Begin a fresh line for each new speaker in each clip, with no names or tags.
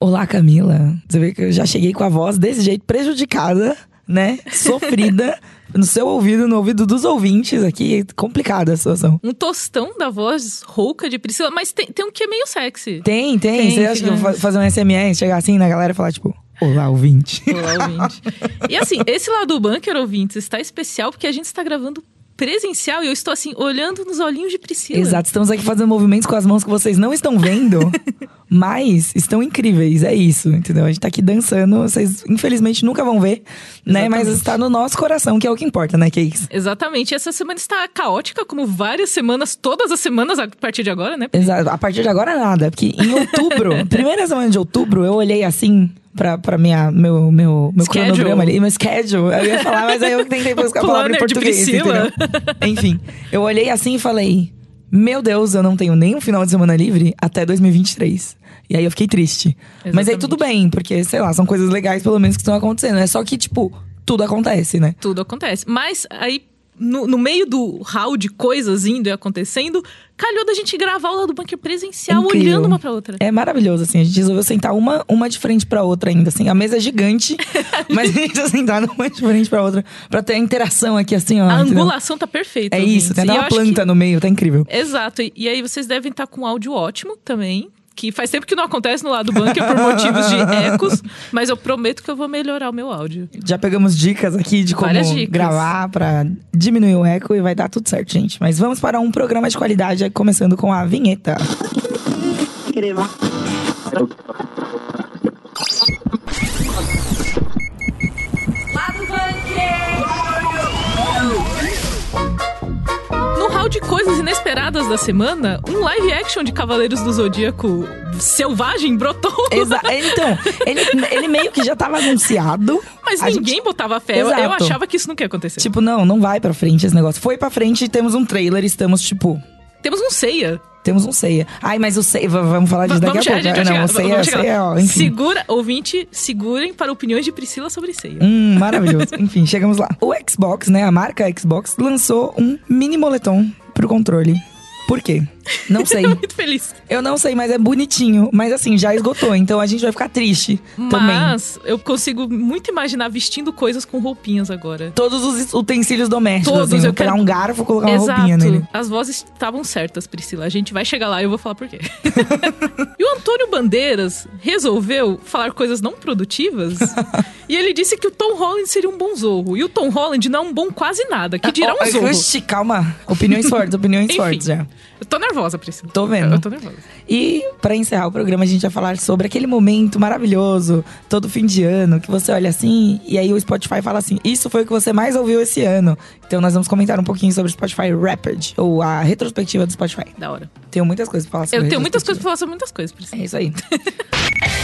Olá, Camila. Você vê que eu já cheguei com a voz desse jeito prejudicada, né? Sofrida. no seu ouvido, no ouvido dos ouvintes aqui. Complicada a situação.
Um tostão da voz rouca de Priscila, mas tem, tem um que é meio sexy.
Tem, tem.
Tem,
Você acha que eu vou
né?
fa- fazer um SMS, chegar assim na galera e falar, tipo, olá, ouvinte.
Olá, ouvinte. E assim, esse lado do bunker, ouvintes, está especial porque a gente está gravando presencial e eu estou assim, olhando nos olhinhos de Priscila.
Exato, estamos aqui fazendo movimentos com as mãos que vocês não estão vendo, mas estão incríveis, é isso, entendeu? A gente tá aqui dançando, vocês infelizmente nunca vão ver, né? Mas
Exatamente.
está no nosso coração, que é o que importa, né, Cakes?
Exatamente. E Essa semana está caótica, como várias semanas, todas as semanas a partir de agora, né?
Exato, a partir de agora nada, porque em outubro, primeira semana de outubro, eu olhei assim pra, pra minha, meu, meu, meu
Schedule.
cronograma ali, meu schedule, eu ia falar, mas aí eu tentei buscar a palavra em
Planner de
português,
Priscila.
entendeu? Enfim, eu olhei assim e falei: Meu Deus, eu não tenho nenhum final de semana livre até 2023. E aí eu fiquei triste. Mas aí
Exatamente.
tudo bem, porque, sei lá, são coisas legais pelo menos que estão acontecendo. É só que, tipo, tudo acontece, né?
Tudo acontece. Mas aí, no, no meio do hall de coisas indo e acontecendo, calhou da gente gravar o lado do bunker presencial,
Incrível.
olhando uma pra outra.
É maravilhoso, assim. A gente resolveu sentar uma, uma de frente pra outra ainda, assim. A mesa é gigante, mas a gente tá sentado uma de frente pra outra. Pra ter a interação aqui, assim, ó.
a
entendeu?
angulação tá perfeita.
É isso,
ouvintes.
tem
E
até
eu
uma
acho
planta no meio, tá incrível.
que- Exato. E, e aí vocês devem estar com um áudio ótimo também. Que faz tempo que não acontece no lado do bunker por motivos de ecos, mas eu prometo que eu vou melhorar o meu áudio.
Já pegamos dicas aqui de como
Várias dicas.
gravar pra diminuir o eco e vai dar tudo certo, gente. Mas vamos para um programa de qualidade, começando com a vinheta.
No hall de coisas inesperadas da semana, um live action de Cavaleiros do Zodíaco selvagem brotou.
Exa então, ele, ele meio que já tava anunciado.
Mas
A
ninguém botava fé. Eu, eu
Exato.
achava que isso não ia acontecer.
Tipo, não, não vai pra frente esse negócio. Foi pra frente e temos um trailer, estamos, tipo,
Temos um ceia.
temos um ceia. Ai, mas o ceia, v- vamos falar disso
Va-
daqui
vamos
a
chegar,
pouco. né?
gente,
não,
vai
o ceia,
chegar,
é
vamos
ceia,
chegar.
ó, enfim.
Segura, ouvinte, segurem para opiniões de Priscila sobre ceia.
Hum, maravilhoso. enfim, chegamos lá. O Xbox, né, a marca Xbox, lançou um mini moletom pro controle. Por quê? Não sei.
Muito feliz.
Eu não sei, mas é bonitinho. Mas assim, já esgotou, então a gente vai ficar triste também.
Mas eu consigo muito imaginar vestindo coisas com roupinhas agora.
Todos os utensílios domésticos.
Todos,
assim,
eu
vou pegar
quero-
um garfo e colocar uma roupinha
Exato.
nele.
As vozes estavam certas, Priscila. A gente vai chegar lá e eu vou falar por quê. e o Antônio Bandeiras resolveu falar coisas não produtivas. e ele disse que o Tom Holland seria um bom zorro. E o Tom Holland não é um bom quase nada,
Ah,
que dirá um zorro.
Oxi, calma. Opiniões fortes, opiniões
Enfim.
fortes já.
Eu tô nervosa, Priscila.
Tô vendo.
Eu tô nervosa.
E pra encerrar o programa, a gente vai falar sobre aquele momento maravilhoso, todo fim de ano, que você olha assim e aí o Spotify fala assim: Isso foi o que você mais ouviu esse ano. Então nós vamos comentar um pouquinho sobre o Spotify Rapid, ou a retrospectiva do Spotify.
Da hora.
Tenho muitas coisas pra falar sobre
Eu tenho muitas
retrospectiva.
coisas pra falar sobre muitas coisas, Priscila.
É isso aí.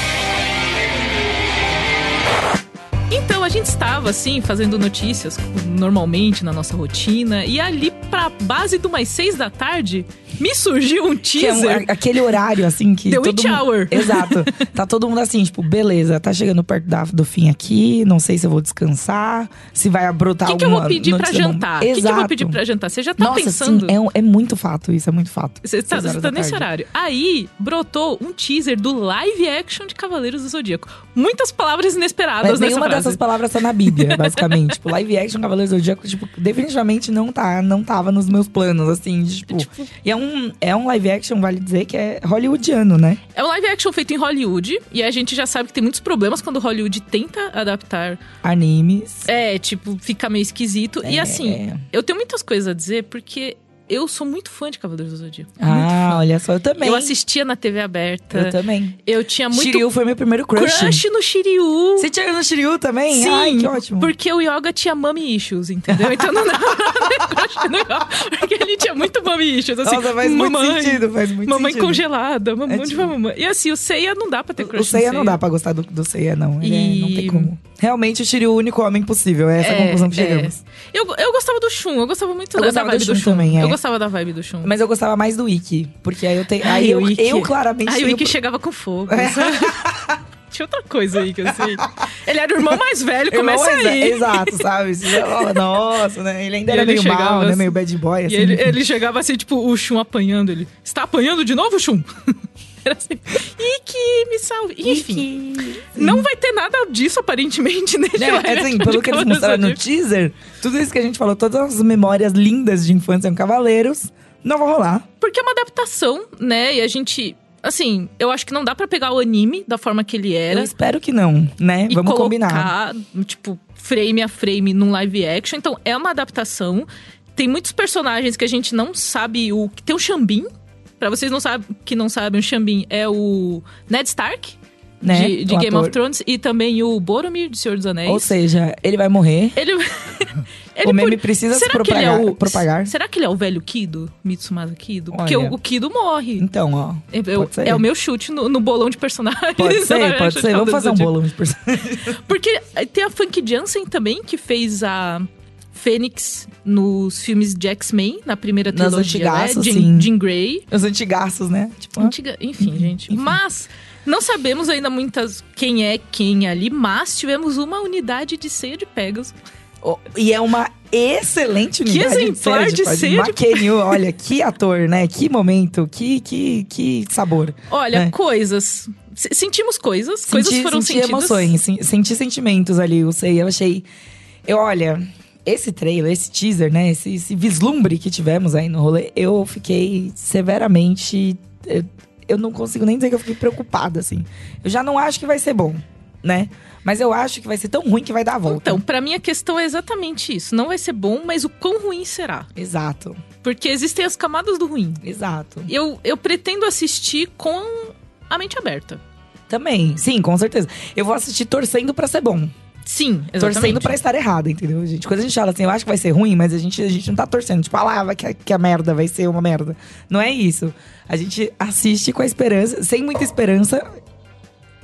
Então a gente estava assim fazendo notícias normalmente na nossa rotina e ali pra base do mais seis da tarde me surgiu um
Que é um-
teaser.
a- aquele horário, assim, que.
The
todo
Witch
mundo-
Hour.
Exato. Tá todo mundo assim, tipo, beleza, tá chegando perto da- do fim aqui, não sei se eu vou descansar, se vai
O
abrotar
que, que eu
alguma
vou pedir pra
tá notícia bomba.
jantar? O que, que eu vou
Exato.
pedir pra jantar? Você já tá
Nossa,
pensando?
sim, é, um- é muito fato isso, é muito fato.
Você tá,
Seis horas
você
da
tá nesse
tarde.
horário. Aí brotou um teaser do live action de Cavaleiros do Zodíaco. Muitas palavras inesperadas
Mas nenhuma
nessa
dessas
frase.
palavras tá na Bíblia, basicamente. tipo, live action, Cavaleiros do Zodíaco, tipo, definitivamente não tá, não tava nos meus planos, assim, de, tipo... E é um, é um live action, vale dizer, que é hollywoodiano, né?
É um live action feito em Hollywood e a gente já sabe que tem muitos problemas quando Hollywood tenta adaptar.
Animes.
É, tipo, fica meio esquisito.
É,
E assim, Eu tenho muitas coisas a dizer porque eu sou muito fã de Cavaleiros do Zodíaco. muito
Ah, olha só, eu
fã.
também.
Eu assistia na TV
Eu
aberta.
também.
Eu tinha muito
Shiryu foi meu primeiro crush.
crush. no Shiryu.
Você tinha no Shiryu também?
Sim,
Ai, que ótimo.
Porque o Yoga tinha mommy issues, entendeu? Então não dá pra ter crush no Yoga. Porque ele tinha muito mommy issues. Assim,
Nossa, faz muito
mamãe,
sentido, faz muito
Mamãe
sentido.
congelada, mamãe,
É
onde
tipo-
vai mamãe? E assim, o Seiya não dá pra ter crush
O Seiya não dá pra gostar do, do Seiya, não. Ele é- não
E-
tem como. Realmente, o Shiryu é o único homem possível. É essa a
É,
conclusão que
é.
chegamos.
Eu, eu gostava do Shun, eu gostava muito
Eu
da,
gostava
da
do
vibe
Shun também, é.
Eu gostava da vibe do Shun.
Mas eu gostava mais do Ikki. Porque aí eu tenho.
Ai,
Aí eu,
o Ikki.
eu claramente.
Aí o
tenho- É.
Ikki chegava com fogo. sabe? Tinha outra coisa aí que assim. Ele era o irmão mais velho,
Irmão,
começa
exa-
aí.
Exato, sabe? Isso já- oh, Nossa, né? Ele ainda
E
era
ele
meio mal,
chegava
né?
assim-
Meio bad boy,
E
assim.
ele, ele chegava assim, tipo, o Shun apanhando ele. Está apanhando de novo, Shun? Era assim, Ike, me salve. Enfim, não vai ter nada disso aparentemente nesse
Né?
live
É assim,
action
pelo
de
que eles
Cavaleiros do
mostraram no
Zodíaco.
teaser, tudo isso que a gente falou, todas as memórias lindas de infância em Cavaleiros, não vão rolar.
Porque é uma adaptação, né? E a gente. Assim, eu acho que não dá pra pegar o anime da forma que ele
Eu
era.
espero que não, né?
e
Vamos combinar.
colocar, tipo, frame a frame num live action. Então, é uma adaptação. Tem muitos personagens que a gente não sabe o que tem o Xambin. Pra vocês não sabe, que não sabem, o Xambin é o Ned Stark
Né?
de, de
O
Game
ator.
of Thrones e também o Boromir de Senhor dos Anéis.
Ou seja, ele vai morrer.
ele ele
o meme
por-
precisa se
será que ele
propagar.
é o
propagar.
Será que ele é o velho Kido, Mitsumasa Kido? Porque
Olha.
o, o Kido morre.
Então, ó.
É, é o-
pode ser.
é o meu chute no, no bolão de personagens.
Pode
Olha,
ser, pode
chute
ser. Vamos
ao dedo
fazer um
do
bolo de personagem.
porque tem a Funk Jansen também, que fez a Fênix nos filmes de X-Men, na primeira
Nas
trilogia, né?
antigaças,
Jean,
sim.
Jean Grey.
Os antigaços, né? Tipo,
Antiga- enfim, gente. Mas não sabemos ainda muitas quem é quem ali, mas tivemos uma unidade de ceia de Pegasus.
ó, e é uma excelente
Que
unidade
exemplar
de
de
série.
ser de-
McKenny, olha, que ator, né? Que momento, que, que, que sabor.
Olha,
É.
coisas. S- sentimos coisas, coisas
Senti-
foram
senti
sentidas.
emoções, sen- senti sentimentos ali, eu sei, eu achei. Eu olha, esse trailer, esse teaser, né, esse, esse vislumbre que tivemos aí no rolê, eu fiquei severamente eu, eu não consigo nem dizer que eu fiquei preocupada assim. Eu já não acho que vai ser bom, né? Mas eu acho que vai ser tão ruim que vai dar a volta.
Então, pra mim a questão é exatamente isso. Não vai ser bom, mas o quão ruim será?
Exato,
Porque existem as camadas do ruim.
exato.
eu, eu pretendo assistir com a mente aberta.
Também, sim, com certeza. Eu vou assistir torcendo pra ser bom.
Sim, exatamente.
Torcendo pra estar errada, entendeu, gente? Quando a gente fala assim, eu acho que vai ser ruim, mas a gente, a gente não tá torcendo. Tipo, ah lá, vai que, que a merda vai ser uma merda. Não é isso. A gente assiste com a esperança, sem muita esperança.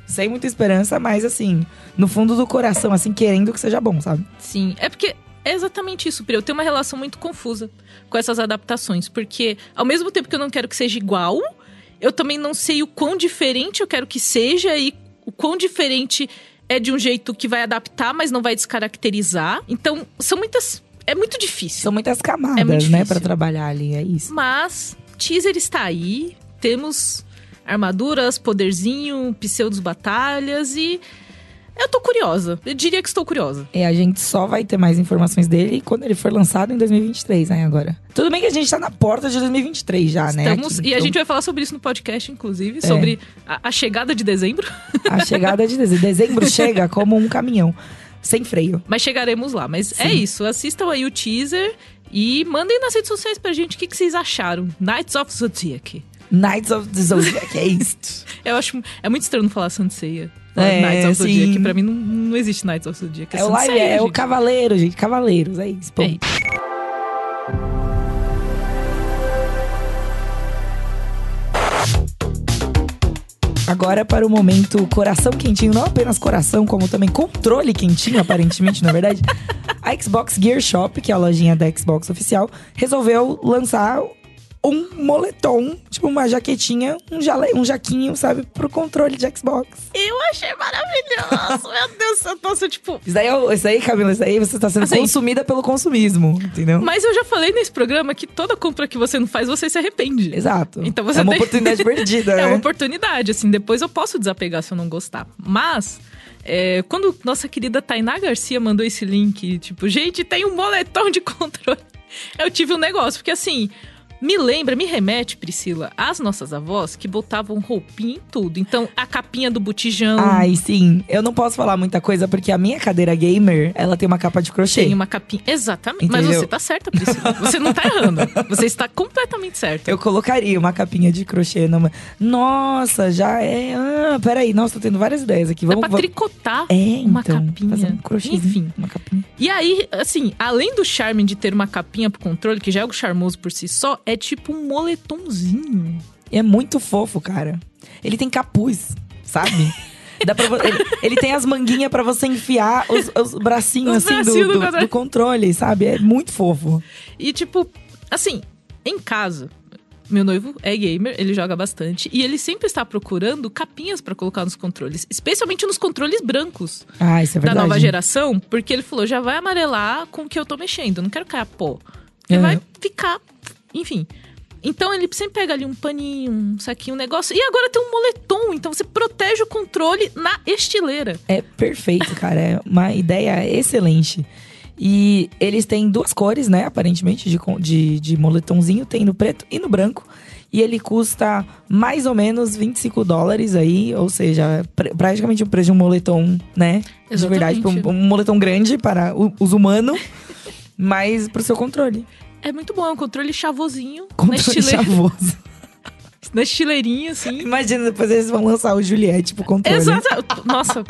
Sem muita esperança, mas assim, no fundo do coração, assim, querendo que seja bom, sabe?
Sim, é porque é exatamente isso, Pri. Eu tenho uma relação muito confusa com essas adaptações, porque ao mesmo tempo que eu não quero que seja igual, eu também não sei o quão diferente eu quero que seja e o quão diferente é de um jeito que vai adaptar, mas não vai descaracterizar. Então, são muitas. É muito difícil.
São muitas
É muito
camadas,
difícil.
né, pra trabalhar ali, é isso.
Mas teaser está aí, temos armaduras, poderzinho, pseudos batalhas e eu tô curiosa. Eu diria que estou curiosa.
E É, a gente só vai ter mais informações dele quando ele for lançado em 2023, né, agora. Tudo bem que a gente tá na porta de 2023 já, né?
Estamos,
aqui.
e a
Então, É.
gente vai falar sobre isso no podcast, inclusive, sobre a, a chegada de dezembro,
A chegada de dezembro. Dezembro chega como um caminhão, sem freio.
mas chegaremos lá. Mas é isso, assistam aí o teaser e mandem nas redes sociais pra gente o que, que vocês acharam. Knights of Zodiac.
Knights of the Zodiac, é isto.
Eu acho, é muito estranho falar Sanseia. Falar
É,
Knights of Zodiac,
sim.
pra mim não, não existe Knights of Zodiac.
É o
Saint
live,
Seiya,
é o
gente.
cavaleiro, gente. Cavaleiros, é isso.
É
Ponto.
isso.
Agora é para o momento coração quentinho, não apenas coração, como também controle quentinho, aparentemente, na verdade. A Xbox Gear Shop, que é a lojinha da Xbox oficial, resolveu lançar um moletom, tipo uma jaquetinha, um, jale, um jaquinho, sabe, pro controle de Xbox.
Eu achei maravilhoso. Meu Deus, eu tô tipo.
Isso daí, é o- isso aí, Camila, isso aí você tá sendo
Assim.
consumida pelo consumismo, entendeu?
Mas eu já falei nesse programa que toda compra que você não faz, você se arrepende.
Exato.
Então você
é uma
tem-
oportunidade perdida,
É
né?
uma oportunidade, assim, depois eu posso desapegar se eu não gostar. Mas, é, quando nossa querida Tainá Garcia mandou esse link, tipo, gente, tem um moletom de controle. Eu tive um negócio, porque assim, me lembra, me remete, Priscila, às nossas avós que botavam roupinha em tudo. Então, a capinha do botijão
Ai, sim. Eu não posso falar muita coisa porque a minha cadeira gamer, ela tem uma capa de crochê.
tem uma capinha. Exatamente. Mas
Entendeu?
você tá certa, Priscila. Você não tá errando. Você está completamente certa.
Eu colocaria uma capinha de crochê numa. Nossa, já é. Ah, peraí, nossa, tô tendo várias ideias aqui. Vamos.
Dá pra
vamos...
tricotar.
É, então.
uma capinha.
Fazer um crochê.
Enfim.
Uma capinha.
E aí, assim, além do charme de ter uma capinha pro controle, que já é algo charmoso por si só, é tipo um moletomzinho.
E é muito fofo, cara. Ele tem capuz, sabe? Dá pra vo- ele, ele tem as manguinhas pra você enfiar os, os bracinhos,
Os
assim, do-
bracinhos do
do-
controle.
do controle, sabe? É muito fofo.
E tipo, assim, em casa, meu noivo é gamer, ele joga bastante e ele sempre está procurando capinhas pra colocar nos controles, especialmente nos controles brancos
Ah, isso é
da
verdade.
nova geração, porque ele falou, já vai amarelar com o que eu tô mexendo, eu não quero cair a pó. Porque
É.
vai ficar, enfim. Então ele sempre pega ali um paninho, um saquinho, um negócio. E agora tem um moletom, então você protege o controle na estileira.
É perfeito, cara. É uma ideia excelente. E eles têm duas cores, né? Aparentemente, de, con- de, de moletomzinho. Tem no preto e no branco. E ele custa mais ou menos 25 dólares aí. Ou seja, pr- praticamente o preço de um moletom, né? De verdade, tipo, um, um moletom grande para o uso humano. mas pro seu controle.
É muito bom, é um controle chavozinho. na,
Controle
estileira,
chavoso.
na estileirinha, assim.
Imagina, depois eles vão lançar o Juliette pro controle.
Exato. Nossa,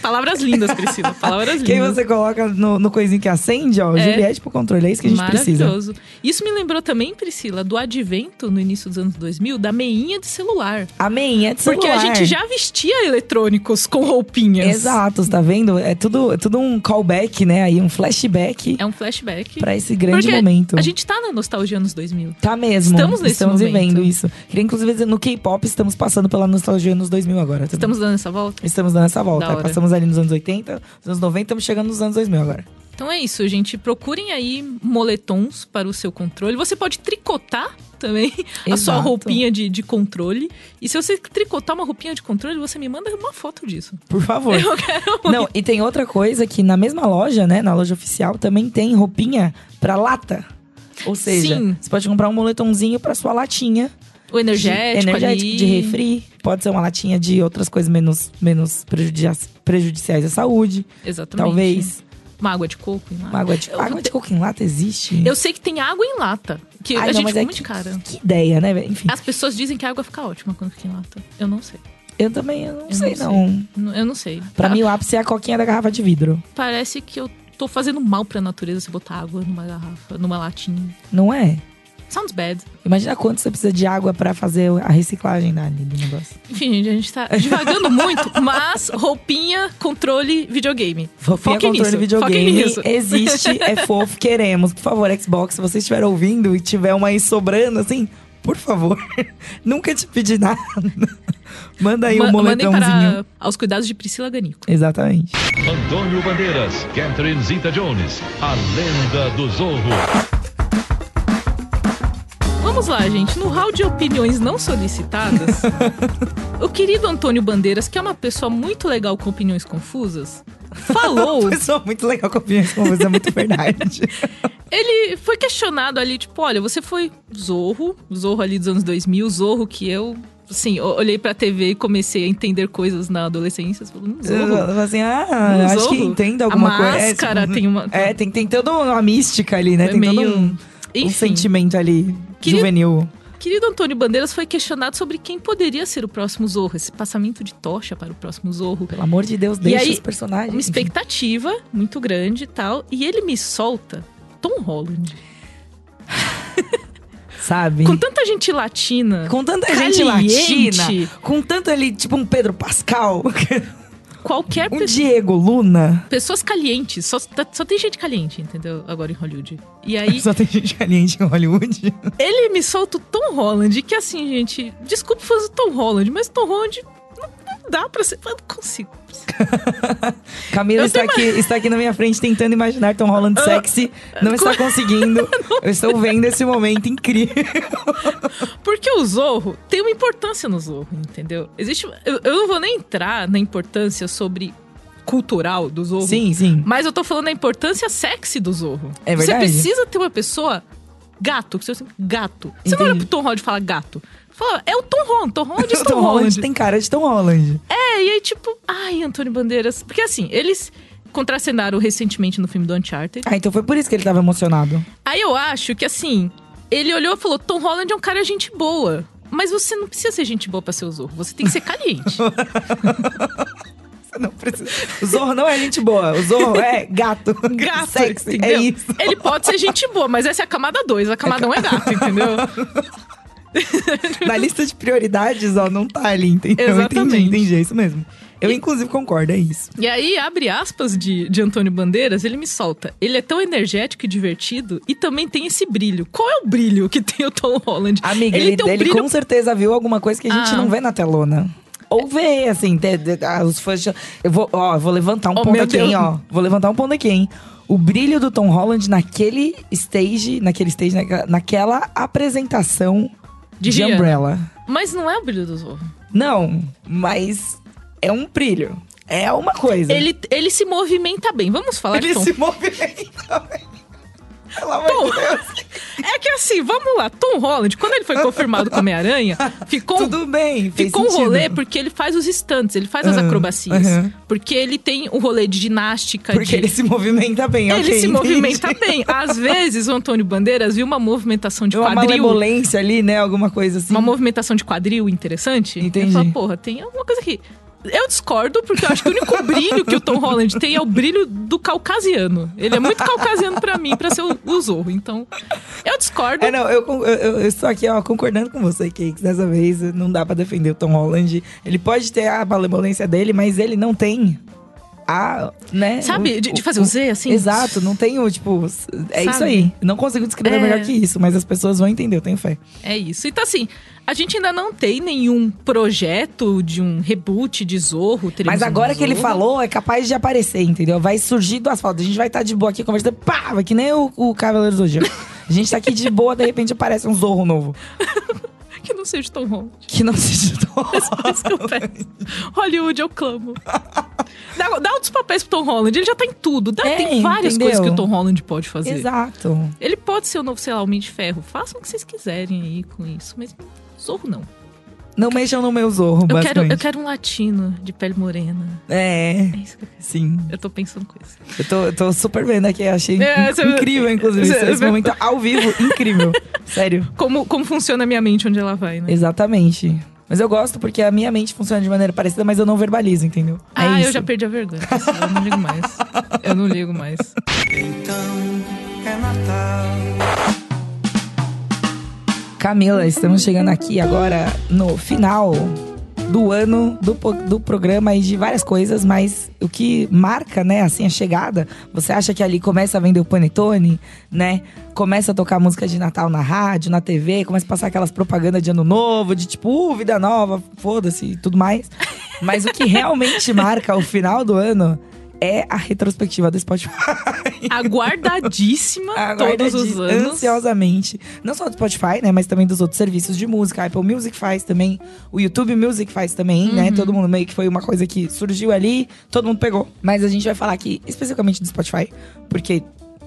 palavras lindas, Priscila. Palavras
Que aí
lindas.
você coloca no, no coisinho que acende, ó.
É.
Juliette pro controle. É isso que a gente precisa.
Maravilhoso. Isso me lembrou também, Priscila, do advento no início dos anos 2000 da meinha de celular.
A meinha É de celular.
Porque a gente já vestia eletrônicos com roupinhas.
Exato, tá vendo? É tudo, é tudo um callback, né? Aí um flashback
É um flashback.
pra esse grande
Porque
momento.
A gente tá na nostalgia anos 2000.
Tá mesmo.
Estamos nesse momento.
vivendo isso. Queria inclusive dizer, no K-pop estamos passando pela nostalgia nos 2000 agora. também.
Estamos dando essa volta?
Estamos dando essa
Da
volta.
hora.
Passamos ali nos anos 80, nos anos 90, estamos chegando nos anos 2000 agora.
Então é isso, gente. Procurem aí moletons para o seu controle. Você pode tricotar também a sua
Exato.
roupinha de, de controle. E se você tricotar uma roupinha de controle, você me manda uma foto disso.
Por favor.
Eu quero
Não, e tem outra coisa que na mesma loja, né, na loja oficial, também tem roupinha pra lata. Ou seja,
Sim.
você pode comprar um moletomzinho pra sua latinha.
o energético,
de, energético
ali.
de refri. Pode ser uma latinha de outras coisas menos, menos prejudia- prejudiciais à saúde.
Exatamente.
Talvez.
Uma água de coco em lata.
Uma água de,
Ah, Eu-
água de coco em lata existe?
Eu sei que tem água em lata. Que
Ai,
a
não,
gente
mas
ficou
é
tipo, muito
que-
cara. Ah,
Que ideia, né? velho? Enfim,
As pessoas dizem que a água fica ótima quando fica em lata. Eu não sei.
eu também eu não
Eu
sei,
não sei.
não.
N- Eu não sei.
Pra
Ah,
mim, o ápice é a coquinha da garrafa de vidro,
Parece que eu tô fazendo mal pra natureza se botar água numa garrafa, numa latinha.
não é?
Sounds bad.
Imagina quanto você precisa de água pra fazer a reciclagem da, do negócio.
Enfim, gente, a gente tá divagando muito, mas roupinha, controle, videogame.
Roupinha
Foquem
controle
nisso, foquem
videogame
nisso.
existe, é fofo, queremos. Por favor, Xbox, se você estiver ouvindo e tiver uma aí sobrando, assim, por favor, nunca te pedi nada. Manda aí um
Ma- mandem
moletãozinho.
para aos cuidados de Priscila Ganico.
Exatamente.
Antônio Bandeiras, Catherine Zita Jones, a lenda do Zorro.
Vamos lá, gente. No hall de opiniões não solicitadas, o querido Antônio Bandeiras, que é uma pessoa muito legal com opiniões confusas, falou.
Pessoal, muito legal com opiniões com você, é muito verdade.
Ele foi questionado ali, tipo, olha, você foi Zorro, Zorro ali dos anos 2000, Zorro que eu, assim, o- olhei pra TV e comecei a entender coisas na adolescência. Você falou, "Hum, Zorro?
Fala assim, ah,
Um
acho que
zorro.
entendo
A
alguma coisa. É,
máscara
tipo,
tem uma...
É, tem, tem toda uma mística ali, né?
é
tem todo
meio...
um, um
Enfim,
sentimento ali
Queria-
juvenil.
querido Antônio Bandeiras foi questionado sobre quem poderia ser o próximo Zorro, esse passamento de tocha para o próximo Zorro.
Pelo amor de Deus,
E
deixa
aí, um
os personagens.
Uma expectativa muito grande e tal, e ele me solta Tom Holland.
Sabe?
Com tanta gente latina,
Com tanta gente
caliente,
latina, com tanto ali, tipo um Pedro Pascal,
qualquer
um
pessoa.
Diego Luna.
Pessoas calientes, só, tá- só tem gente caliente, entendeu? Agora em Hollywood. E aí,
Só tem gente caliente em Hollywood.
ele me solta o Tom Holland, que assim, gente, desculpa fãs do Tom Holland, mas Tom Holland não, não dá pra ser. Eu não consigo.
Camila
Eu
está aqui, está aqui na minha frente tentando imaginar Tom Holland sexy. Não está conseguindo. Eu estou vendo esse momento incrível.
Porque o Zorro tem uma importância no Zorro, entendeu? Existe. Eu, eu não vou nem entrar na importância sobre cultural do Zorro.
Sim, sim.
Mas eu tô falando da importância sexy do Zorro.
É verdade.
Você precisa ter uma pessoa gato, que você sempre gato. Você não
Entendi.
olha pro Tom Holland e fala gato. Fala, é o Tom Holland, Tom Holland é
Tom Holland tem cara de Tom Holland.
É, e aí tipo, ai, Antônio Bandeiras. Porque assim, eles contracenaram recentemente no filme do Uncharted.
Ah, então foi por isso que ele estava emocionado.
Aí eu acho que assim, ele olhou e falou: Tom Holland é um cara gente boa. Mas você não precisa ser gente boa pra ser o Zorro. Você tem que ser caliente.
Você não precisa. O Zorro não é gente boa. O Zorro é gato.
gato.
Sexy.
entendeu?
É isso.
Ele pode ser gente boa, mas essa é a camada 2. A camada 1 um é gato, entendeu?
Na lista de prioridades, ó, não tá ali, entendeu?
Exatamente.
Entendi, entendi. É isso mesmo. Eu, inclusive, concordo. É isso.
E aí, abre aspas de, de Antônio Bandeiras, ele me solta. Ele é tão energético e divertido e também tem esse brilho. Qual é o brilho que tem o Tom Holland?
Amiga,
ele,
ele,
tem um
ele
brilho.
com certeza viu alguma coisa que a gente
Ah.
não vê na telona. ou ver, assim, ter- ter- ah, os fãs. de- Eu vou, ó, eu vou levantar um
Oh,
ponto
meu
aqui,
Deus.
hein, ó. Vou levantar um ponto aqui, hein. O brilho do Tom Holland naquele stage, naquele stage, naquela, naquela apresentação
De
de,
Rihanna.
Umbrella.
Mas não é o brilho do Zorro.
Não, mas é um brilho. É uma coisa.
Ele, ele se movimenta bem. Vamos falar
Ele
de Tom
se movimenta bem. Pelo amor
Tom.
de Deus.
É que assim, vamos lá. Tom Holland, quando ele foi confirmado como Homem-Aranha, ficou,
Tudo bem, fez
ficou um
sentido.
rolê porque ele faz os stunts, ele faz as
Aham,
acrobacias.
aham.
Porque ele tem o rolê de ginástica.
Porque
de...
ele se movimenta bem,
Ele
ok,
se
entendi.
movimenta bem. Às vezes, o Antônio Bandeiras viu uma movimentação de
Deu uma
quadril.
malevolência ali, né? Alguma coisa assim.
Uma movimentação de quadril interessante.
Entendi.
Ele fala, porra, tem alguma coisa aqui. Eu discordo, porque eu acho que o único brilho que o Tom Holland tem é o brilho do caucasiano. Ele é muito caucasiano pra mim, pra ser o, o Zorro. Então, eu discordo.
É, não, eu, con- eu- eu- eu estou aqui, ó, concordando com você, Cakes. Dessa vez não dá pra defender o Tom Holland. Ele pode ter a malevolência dele, mas ele não tem a, né?
Sabe,
o-
de, de fazer um Z, assim?
Exato, não tem o, tipo, s- é
Sabe?
isso aí. Não consigo descrever
É.
melhor que isso, mas as pessoas vão entender, eu tenho fé.
É isso. Então, assim, a gente ainda não tem nenhum projeto de um reboot de Zorro. teremos
Mas
um
agora que ele
Zorro.
falou, é capaz de aparecer, entendeu? Vai surgir do asfalto. A gente vai estar de boa aqui conversando, pá, vai que nem o, o Cavaleiro do Zodíaco. A gente tá aqui de boa, de repente aparece um zorro novo.
Que não seja Tom Holland.
Que não se
Isso que eu peço. Hollywood, eu clamo. Dá, dá outros papéis pro Tom Holland. Ele já tá em tudo. Dá-
É,
tem várias
entendeu?
coisas que o Tom Holland pode fazer.
Exato.
Ele pode ser o novo, sei lá, Homem de Ferro. Façam o que vocês quiserem aí com isso. Mas Zorro não.
Não mexam no meu zorro,
Eu quero,
basicamente.
eu quero um latino de pele morena.
É,
É isso que eu quero.
sim.
Eu tô pensando com isso.
Eu tô, eu tô super vendo aqui, achei
É,
inc-
você-
incrível, inclusive.
você-
esse, esse
você-
momento ao vivo, incrível. Sério.
Como, como funciona a minha mente onde ela vai,
É
né?
Exatamente. Mas eu gosto porque a minha mente funciona de maneira parecida, mas eu não verbalizo, entendeu? É
ah,
isso.
eu já perdi a vergonha. Eu não ligo mais. Eu não ligo mais.
Camila, estamos chegando aqui agora no final do ano do, po- do programa e de várias coisas, mas o que marca, né, assim, a chegada, você acha que ali começa a vender o panetone, né? Começa a tocar música de Natal na rádio, na TV, começa a passar aquelas propagandas de ano novo, de tipo, uh, vida nova, foda-se e tudo mais. Mas o que realmente marca o final do ano é a retrospectiva do Spotify.
Aguardadíssima todos os
Aguarde
anos.
é Ansiosamente. Não só do Spotify, né? Mas também dos outros serviços de música. A Apple Music faz também. O YouTube Music faz também, né?
Uhum.
Todo mundo meio que foi uma coisa que surgiu ali, todo mundo pegou. Mas a gente vai falar aqui especificamente do Spotify, porque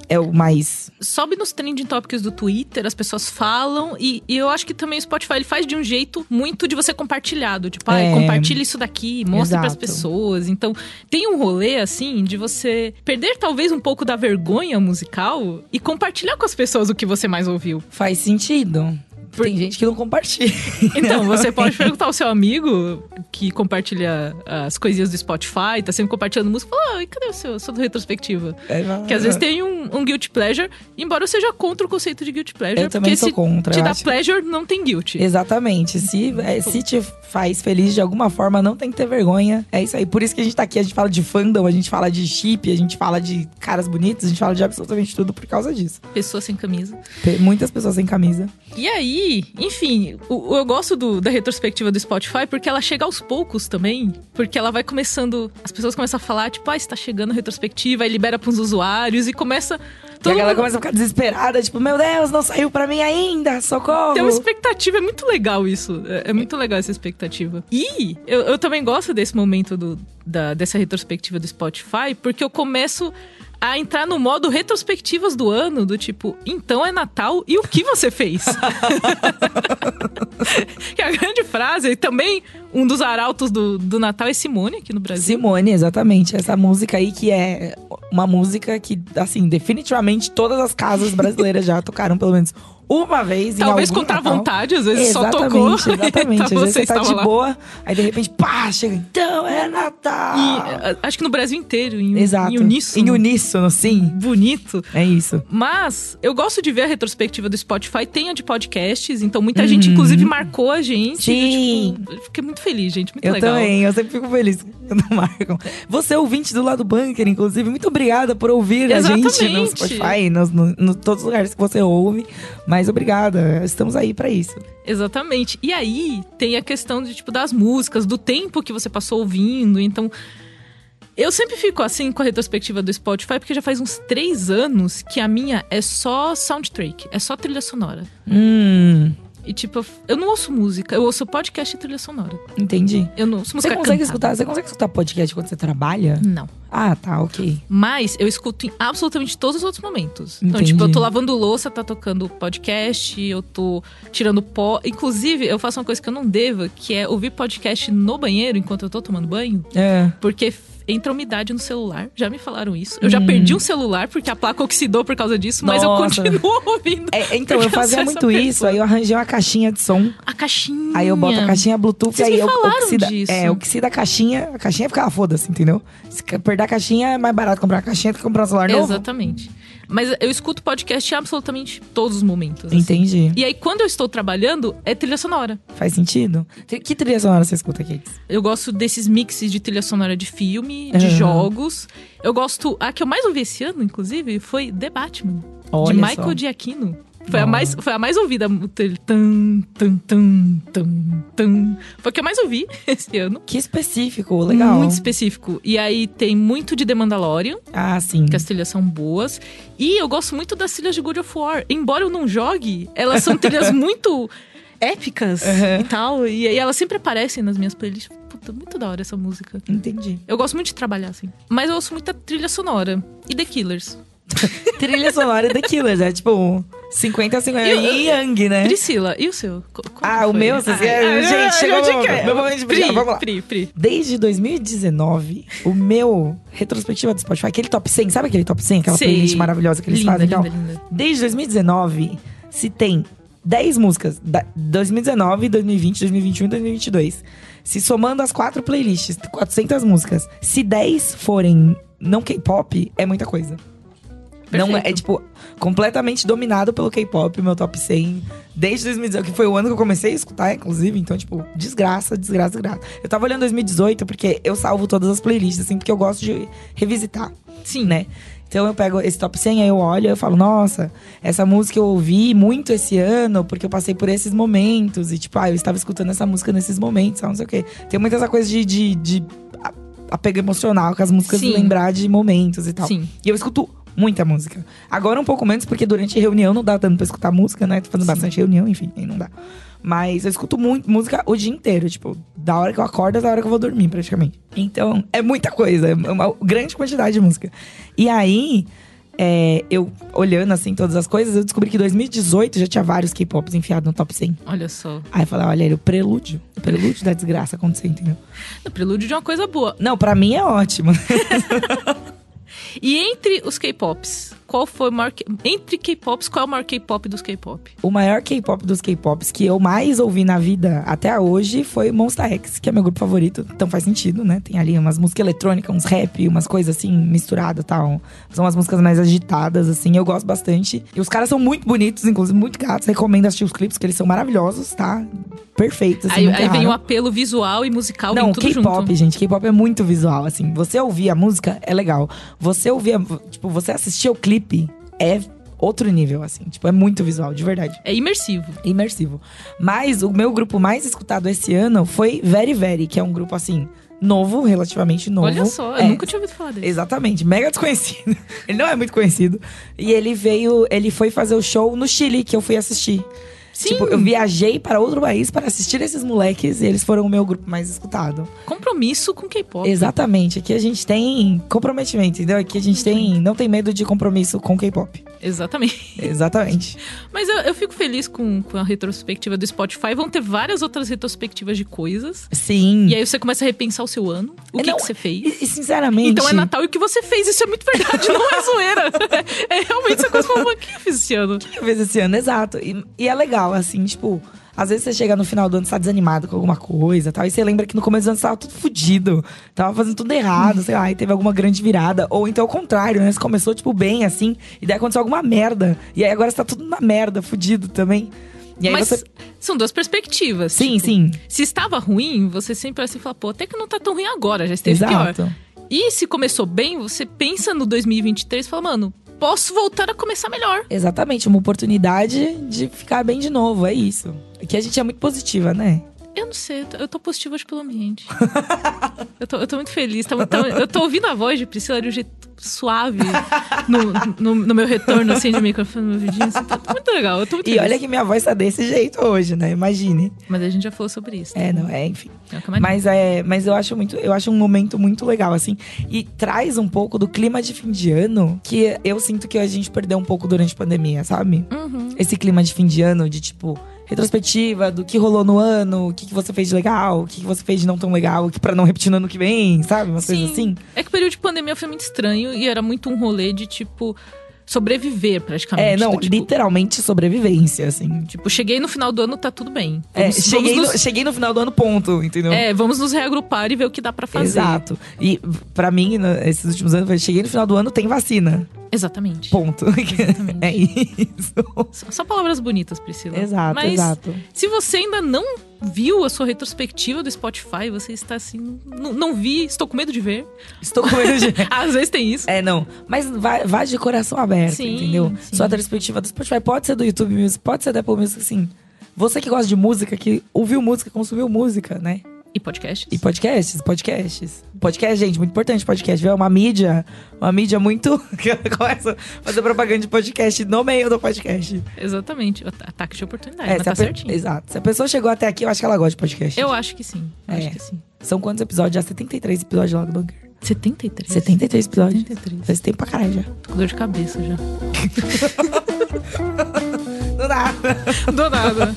é o mais.
sobe nos trending topics do Twitter, as pessoas falam. E, e eu acho que também o Spotify ele faz de um jeito muito de você compartilhado. Tipo, ai,
É.
compartilha isso daqui, mostra pras
Exato.
pessoas. Então, tem um rolê, assim, de você perder talvez um pouco da vergonha musical e compartilhar com as pessoas o que você mais ouviu.
Faz sentido.
Por-
Tem gente que não compartilha.
Então, você pode perguntar ao seu amigo que compartilha as coisinhas do Spotify, tá sempre compartilhando música, fala, "Ai, cadê o seu, sua retrospectiva? Que às vezes tem um, um guilty pleasure, embora eu seja contra o conceito de guilty pleasure.
Eu também
porque
sou
se
contra,
te
eu
dá
acho.
pleasure, não tem guilty.
Exatamente. Se, é, se te faz feliz de alguma forma, não tem que ter vergonha. É isso aí. Por isso que a gente tá aqui, a gente fala de fandom, a gente fala de chip, a gente fala de caras bonitos, a gente fala de absolutamente tudo por causa disso.
Pessoa sem camisa.
Tem muitas pessoas sem camisa.
E aí, enfim, o- o- eu gosto do- da retrospectiva do Spotify porque ela chega aos poucos também. Porque ela vai começando. As pessoas começam a falar, tipo, ah, está chegando a retrospectiva, aí libera para os usuários e começa.
E a
Todo
galera
mundo
começa a ficar desesperada, tipo, meu Deus, não saiu pra mim ainda, socorro!
Tem uma expectativa, é muito legal isso. É, é muito legal essa expectativa. E eu, eu também gosto desse momento do, da- dessa retrospectiva do Spotify, porque eu começo a entrar no modo retrospectivas do ano, do tipo, então é Natal e o que você fez? que é a grande frase, e também um dos arautos do, do Natal é Simone aqui no Brasil.
Simone, exatamente. Essa música aí que é uma música que, assim, definitivamente todas as casas brasileiras já tocaram pelo menos uma vez. em
Talvez
algum
contra a
Natal.
vontade, às vezes
exatamente,
só tocou.
Exatamente,
então
Às vezes você tá
estava
de
lá.
boa, aí de repente, pá, chega, então é Natal!
E, a- acho que no Brasil inteiro, em,
Exato.
em uníssono.
Em uníssono, sim.
bonito.
É isso.
Mas eu gosto de ver a retrospectiva do Spotify, tem a de podcasts, então muita gente, inclusive, marcou a gente.
Uhum. Sim.
Eu, tipo, eu fiquei muito feliz, gente, muito
Eu
legal.
também, eu sempre fico feliz quando marcam. Você, é ouvinte do lado bunker, inclusive, muito obrigada por ouvir a gente no
Exatamente.
Spotify, nos, no, no- todos os lugares que você ouve. Mas obrigada, estamos aí pra isso.
Exatamente. E aí tem a questão de, tipo, das músicas, do tempo que você passou ouvindo. Então, eu sempre fico assim com a retrospectiva do Spotify, porque já faz uns três anos que a minha é só soundtrack, é só trilha sonora.
Hum,
E, tipo, eu- eu não ouço música, eu ouço podcast e trilha sonora.
entendi.
Eu não ouço música
você consegue
cantada.
escutar? Você consegue escutar podcast quando você trabalha?
Não.
Ah, tá, ok.
Mas eu escuto em absolutamente todos os outros momentos. Então,
Entendi.
tipo, eu tô lavando louça, tá tocando podcast, eu tô tirando pó. Inclusive, eu faço uma coisa que eu não devo, que é ouvir podcast no banheiro enquanto eu tô tomando banho,
É.
porque f- entra umidade no celular. Já me falaram isso. Eu já perdi um celular porque a placa oxidou por causa disso, mas eu
Hum. Nossa.
continuo ouvindo.
É, então, eu
Porque eu
fazia
sou
muito
essa
isso, aí eu arranjei uma caixinha de som,
A caixinha.
aí eu boto a caixinha Bluetooth,
Vocês
aí
me
eu
falaram
oxida.
disso.
É, oxida a caixinha, a caixinha fica lá, foda-se, entendeu? Se ca- perder a caixinha é mais barato comprar a caixinha do que comprar um celular novo.
Exatamente. Mas eu escuto podcast em absolutamente todos os momentos. assim.
Entendi.
E aí, quando eu estou trabalhando, é trilha sonora.
Faz sentido? Tri- Que trilha sonora você escuta, Kate?
Eu gosto desses mixes de trilha sonora de filme, de
Aham.
jogos. Eu gosto. A que eu mais ouvi esse ano, inclusive, foi The Batman,
Olha
de Michael
só.
Giacchino. Foi a, mais, foi a mais ouvida. Tan, tan, tan, tan, tan. Foi a que eu mais ouvi esse ano.
Que específico, legal.
Muito específico. E aí tem muito de The Mandalorian,
Ah, sim.
que as trilhas são boas. E eu gosto muito das trilhas de God of War. Embora eu não jogue, elas são trilhas muito épicas
Aham.
e tal. E, e elas sempre aparecem nas minhas playlists. Puta, muito da hora essa música.
Entendi.
Eu gosto muito de trabalhar, assim. Mas eu ouço muita trilha sonora. E The Killers.
Trilha sonora The Killers, é tipo 50 a 50.
Eu-
Yin e Yang, né?
Priscila, e o seu? Co- como
Ah, o
foi? ah,
meu? Vocês- gente,
eu- eu
chegou
te
meu-
quero.
meu momento de brilhar,
é Pri,
vamos lá.
Pri, Pri.
Desde 2019, o meu retrospectiva do Spotify, aquele top 100, sabe aquele top 100? Aquela
Sei.
playlist maravilhosa que eles
Linda,
fazem então. e tal?
linda, linda.
Desde 2019, se tem 10 músicas, da- 2019, 2020, 2021 e 2022. Se somando as quatro playlists, 400 músicas, se 10 forem não K-pop, é muita coisa. Não, é
Perfeito.
tipo, completamente dominado pelo K-pop, meu top 100. Desde 2019, que foi o ano que eu comecei a escutar, inclusive. Então, tipo, desgraça, desgraça, desgraça. Eu tava olhando 2018, porque eu salvo todas as playlists, assim, porque eu gosto de revisitar. Sim. Né? Então eu pego esse top 100, aí eu olho eu falo, nossa, essa música eu ouvi muito esse ano, porque eu passei por esses momentos. E tipo, ah, eu estava escutando essa música nesses momentos, sabe, não sei o quê. Tem muita essa coisa de, de, de a- apego emocional com as músicas,
Sim.
lembrar de momentos e tal.
Sim.
E eu escuto muita música. Agora um pouco menos, porque durante reunião não dá tanto pra escutar música, né? Tô fazendo bastante reunião, enfim, aí não dá. Mas eu escuto muito música o dia inteiro, tipo, da hora que eu acordo até a hora que eu vou dormir, praticamente. Então, é muita coisa, é uma grande quantidade de música. E aí, é, eu olhando assim todas as coisas, eu descobri que 2018 já tinha vários K-pops enfiados no top 100.
Olha só.
Aí eu falei, olha, era o prelúdio. O prelúdio da desgraça aconteceu, entendeu?
O prelúdio de uma coisa boa.
Não, pra mim é ótimo.
E entre os K-pops, qual foi o maior. K- Entre K-pops, qual é o maior K-pop dos K-pop?
O maior K-pop dos K-pops que eu mais ouvi na vida até hoje foi Monsta X, que é meu grupo favorito. Então faz sentido, né? Tem ali umas músicas eletrônicas, uns rap, umas coisas assim misturadas e tal. São umas músicas mais agitadas, assim. Eu gosto bastante. E os caras são muito bonitos, inclusive muito gatos. Recomendo assistir os clipes, que eles são maravilhosos, tá? Perfeitos. Assim,
aí
muito
aí vem
raro.
o apelo visual e musical,
Não,
vem tudo
K-pop,
junto.
gente, K-pop é muito visual, assim. Você ouvir a música é legal. Você ouvir, a, tipo, você assistir o clipe é outro nível, assim. Tipo, é muito visual, de verdade
É imersivo.
imersivo. Mas o meu grupo mais escutado esse ano foi Very Very, que é um grupo assim, novo, relativamente novo.
Olha só, eu
É,
nunca tinha ouvido falar dele.
Exatamente, mega desconhecido. ele não é muito conhecido. E ele veio, ele foi fazer o show no Chile, que eu fui assistir.
Sim.
Tipo, eu viajei para outro país para assistir esses moleques e eles foram o meu grupo mais escutado.
Compromisso com K-pop.
Exatamente, aqui a gente tem comprometimento, entendeu? Aqui a gente tem, não tem medo de compromisso com K-pop.
Exatamente.
Exatamente.
Mas eu, eu fico feliz com, com a retrospectiva do Spotify. Vão ter várias outras retrospectivas de coisas.
Sim.
E aí você começa a repensar o seu ano, o
Hum.
que,
É, Não,
que você fez.
E, e, sinceramente.
Então é Natal e o que você fez. Isso é muito verdade, não é zoeira. É, é realmente essa coisa falando, o que eu fiz esse ano?
que eu fiz esse ano, exato. E, e é legal, assim, tipo, às vezes você chega no final do ano, você tá desanimado com alguma coisa tal. E você lembra que no começo do ano você tava tudo fudido, tava fazendo tudo errado, sei lá, e teve alguma grande virada. Ou então ao contrário, né? Você começou, tipo, bem assim, e daí aconteceu alguma merda. E aí agora você tá tudo na merda, fudido também. E aí
Mas
você.
são duas perspectivas.
Sim,
tipo,
sim.
Se estava ruim, você sempre vai assim falar, pô, até que não tá tão ruim agora, já esteve pior.
Exato.
E se começou bem, você pensa no 2023 e fala, mano, posso voltar a começar melhor.
Exatamente, uma oportunidade de ficar bem de novo, é isso. Que a gente é muito positiva, né?
Eu não sei, eu tô- eu tô positiva hoje pelo ambiente. eu, tô, eu tô muito feliz. tá muito- tá- eu tô ouvindo a voz de Priscila de um jeito suave no, no- no meu retorno, assim, de microfone, no meu vidinho. assim, tá, tá muito legal, eu tô muito
E
feliz.
olha que minha voz tá desse jeito hoje, né? Imagine.
Mas a gente já falou sobre isso.
É, não, é, enfim.
É uma camarada.
Mas é, mas eu acho muito, eu acho um momento muito legal assim e traz um pouco do clima de fim de ano que eu sinto que a gente perdeu um pouco durante a pandemia, sabe?
Uhum.
Esse clima de fim de ano de tipo retrospectiva do que rolou no ano, o que, que você fez de legal, o que, que você fez de não tão legal, que para não repetir no ano que vem, sabe? Umas coisas
Sim.
assim.
É que o período de pandemia foi muito estranho e era muito um rolê de, tipo, sobreviver praticamente.
É, não,
Do tipo,
literalmente sobrevivência assim.
tipo, cheguei no final do ano, tá tudo bem.
É,
Vamos-
cheguei,
vamos
no,
nos-
cheguei no final do ano ponto, entendeu?
É, vamos nos reagrupar e ver o que dá pra fazer.
Exato. E pra mim, no- esses últimos anos, foi, cheguei no final do ano, tem vacina.
Exatamente.
Ponto.
Exatamente.
É isso.
Só só palavras bonitas, Priscila.
Exato,
Mas
exato.
se você ainda não viu a sua retrospectiva do Spotify, você está assim, "Não- não vi, estou com medo de ver.
Estou com medo de.
Às vezes tem isso.
É, não. Mas vá, vá de coração aberto,
Sim,
entendeu?
sim.
Sua perspectiva do Spotify pode ser do YouTube Music, pode ser da Apple Music, assim. Você que gosta de música, que ouviu música, consumiu música, né?
E podcasts?
E podcasts, podcasts. Podcast, gente, muito importante podcast, viu? É uma mídia, uma mídia muito... que ela Começa a fazer propaganda de podcast no meio do podcast. É,
Exatamente. O ata- Ataque de oportunidade, mas
se a
tá
pe-
certinho.
Exato. Se a pessoa chegou até aqui, eu acho que ela gosta de podcast.
Eu acho que sim. eu
É.
Acho que sim.
São quantos episódios? Já 73 episódios lá do Bunker.
73.
73 episódios.
73.
Faz tempo pra caralho já.
Tô com dor de cabeça já.
Não dá.
Do nada.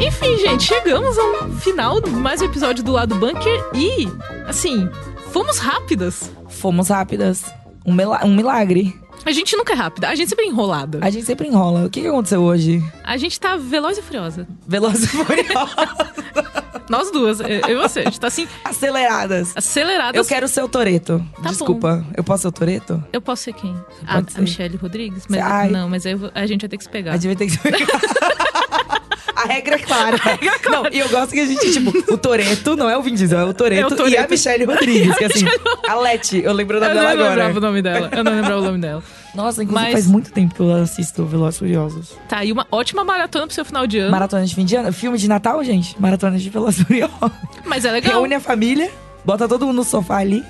Enfim, gente, chegamos ao final de mais um episódio do Lado Bunker e, assim, fomos rápidas.
Fomos rápidas. Um, mila- um milagre.
A gente nunca é rápida, a gente sempre é enrolada.
A gente sempre enrola. O que, que aconteceu hoje?
A gente tá veloz e furiosa.
Veloz e furiosa.
Nós duas, eu eu e você. A gente tá assim,
Aceleradas.
aceleradas.
Eu quero ser o Toreto.
Tá
Desculpa. Eu posso ser o Toreto?
Eu posso ser quem? A,
Pode ser.
a Michelle Rodrigues? Mas,
Ai.
Não, mas aí eu vou- a gente vai ter que se pegar.
A gente vai ter que ser. Tá. A regra é clara. Não, e eu gosto que a gente, tipo, o Toreto não é o Vin Diesel, é o
É o
Toreto e a
Toretto.
Michelle Rodrigues. que assim, a Leti, eu lembro o nome
Eu não
dela agora.
lembrava o nome dela. Eu não lembrava o nome dela.
Nossa, inclusive
Mas-
faz muito tempo que eu assisto Velozes e Furiosos.
Tá aí uma ótima maratona pro seu final de ano.
Maratona de fim de ano. Filme de Natal, gente? Maratona de Velozes e Furiosos.
Mas é legal.
Reúne a família, bota todo mundo no sofá ali.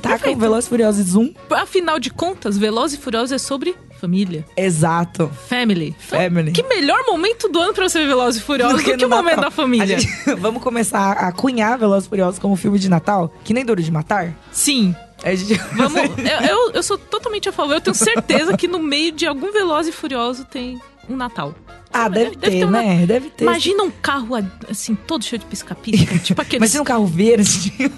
Taca
É perfeito.
o Velozes e Furiosos um. Zoom.
Afinal de contas, Veloz e Furioso é sobre família.
Exato.
Family.
Family.
Que melhor momento do ano pra você ver Veloz e Furioso do que, o
no
momento
Natal.
da família.
A gente- vamos começar a cunhar Velozes e Furiosos como filme de Natal, que nem Duro de Matar.
Sim.
A gente...
Vamos. eu, eu, eu sou totalmente a favor. Eu tenho certeza que no meio de algum Veloz e Furioso tem um Natal.
ah, deve,
Deve
ter,
ter uma-
né? Deve ter.
Imagina um carro assim, todo cheio de pisca-pisca. tipo aqueles
Imagina um carro verde.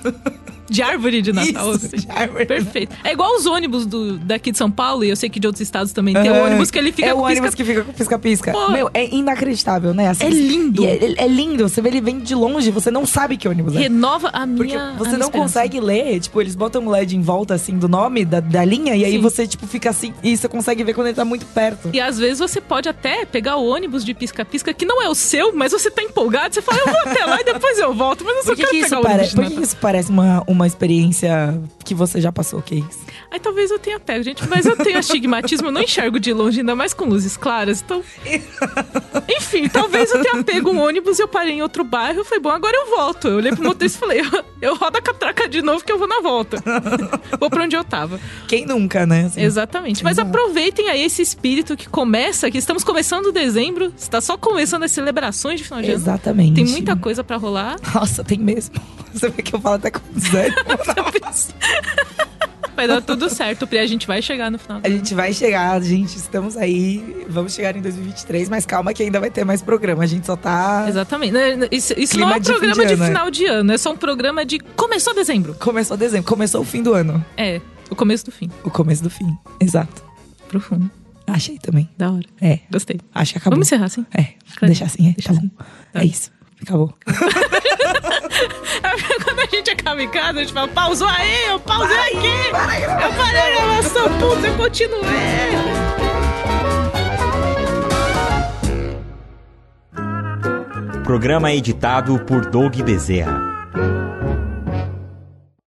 de árvore de Natal.
Isso,
assim.
de árvore.
Perfeito. É igual os ônibus do, daqui de São Paulo, e eu sei que de outros estados também tem um
Aham.
ônibus que ele fica
É o
com pisca-
ônibus que fica com pisca-pisca.
Pô.
Meu, é inacreditável, né? Assim,
É lindo.
e É, é lindo. Você vê ele vem de longe, você não sabe que ônibus é.
Renova a minha.
Porque
a
você
minha
não
esperança.
consegue ler, tipo, eles botam o LED em volta, assim, do nome, da, da linha, e aí
Sim.
você, tipo, fica assim, e você consegue ver quando ele tá muito perto.
E às vezes você pode até pegar o ônibus de pisca-pisca, que não é o seu, mas você tá empolgado, você fala, eu vou até lá e depois eu volto, mas eu só
Por que,
quero
que
pegar
isso,
o
pare...
ônibus. de
Por que
Natal.
isso parece uma, uma experiência que você já passou, que isso?
Aí talvez eu tenha pego, gente, mas eu tenho astigmatismo, eu não enxergo de longe, ainda mais com luzes claras, então. Enfim, talvez eu tenha pego um ônibus e eu parei em outro bairro, foi bom, agora eu volto. Eu olhei pro motorista e falei, eu, eu rodo a catraca de novo que eu vou na volta. vou pra onde eu tava.
Quem nunca, né? assim?
Exatamente. Mas
Exato.
aproveitem aí esse espírito que começa, que estamos começando dezembro, está só começando as celebrações de final de ano.
Exatamente.
Tem muita coisa pra rolar.
Nossa, tem mesmo. Você vê que eu falo até com zero.
Vai dar tudo certo, Pri. A gente vai chegar no final.
A gente vai chegar, gente. Estamos aí. Vamos chegar em 2023, mas calma que ainda vai ter mais programa. A gente só tá.
Exatamente. Né, Isso, isso
Clima
não é um
de fim de
programa de,
ano, é.
final de ano, é só um programa de. Começou dezembro.
Começou dezembro, começou o fim do ano.
É, o começo do fim.
O começo do fim. Exato.
Profundo.
Achei também.
Da hora.
É.
Gostei.
Acho que acabou.
Vamos encerrar, sim.
É,
Claro.
deixar assim, é,
Deixa
tá bom.
Tá.
É isso. Acabou.
Quando a gente acaba em casa, a gente fala, pausou aí, eu pausei aqui. eu parei a gravação, puta, eu continuei.
Programa editado por Doug Bezerra.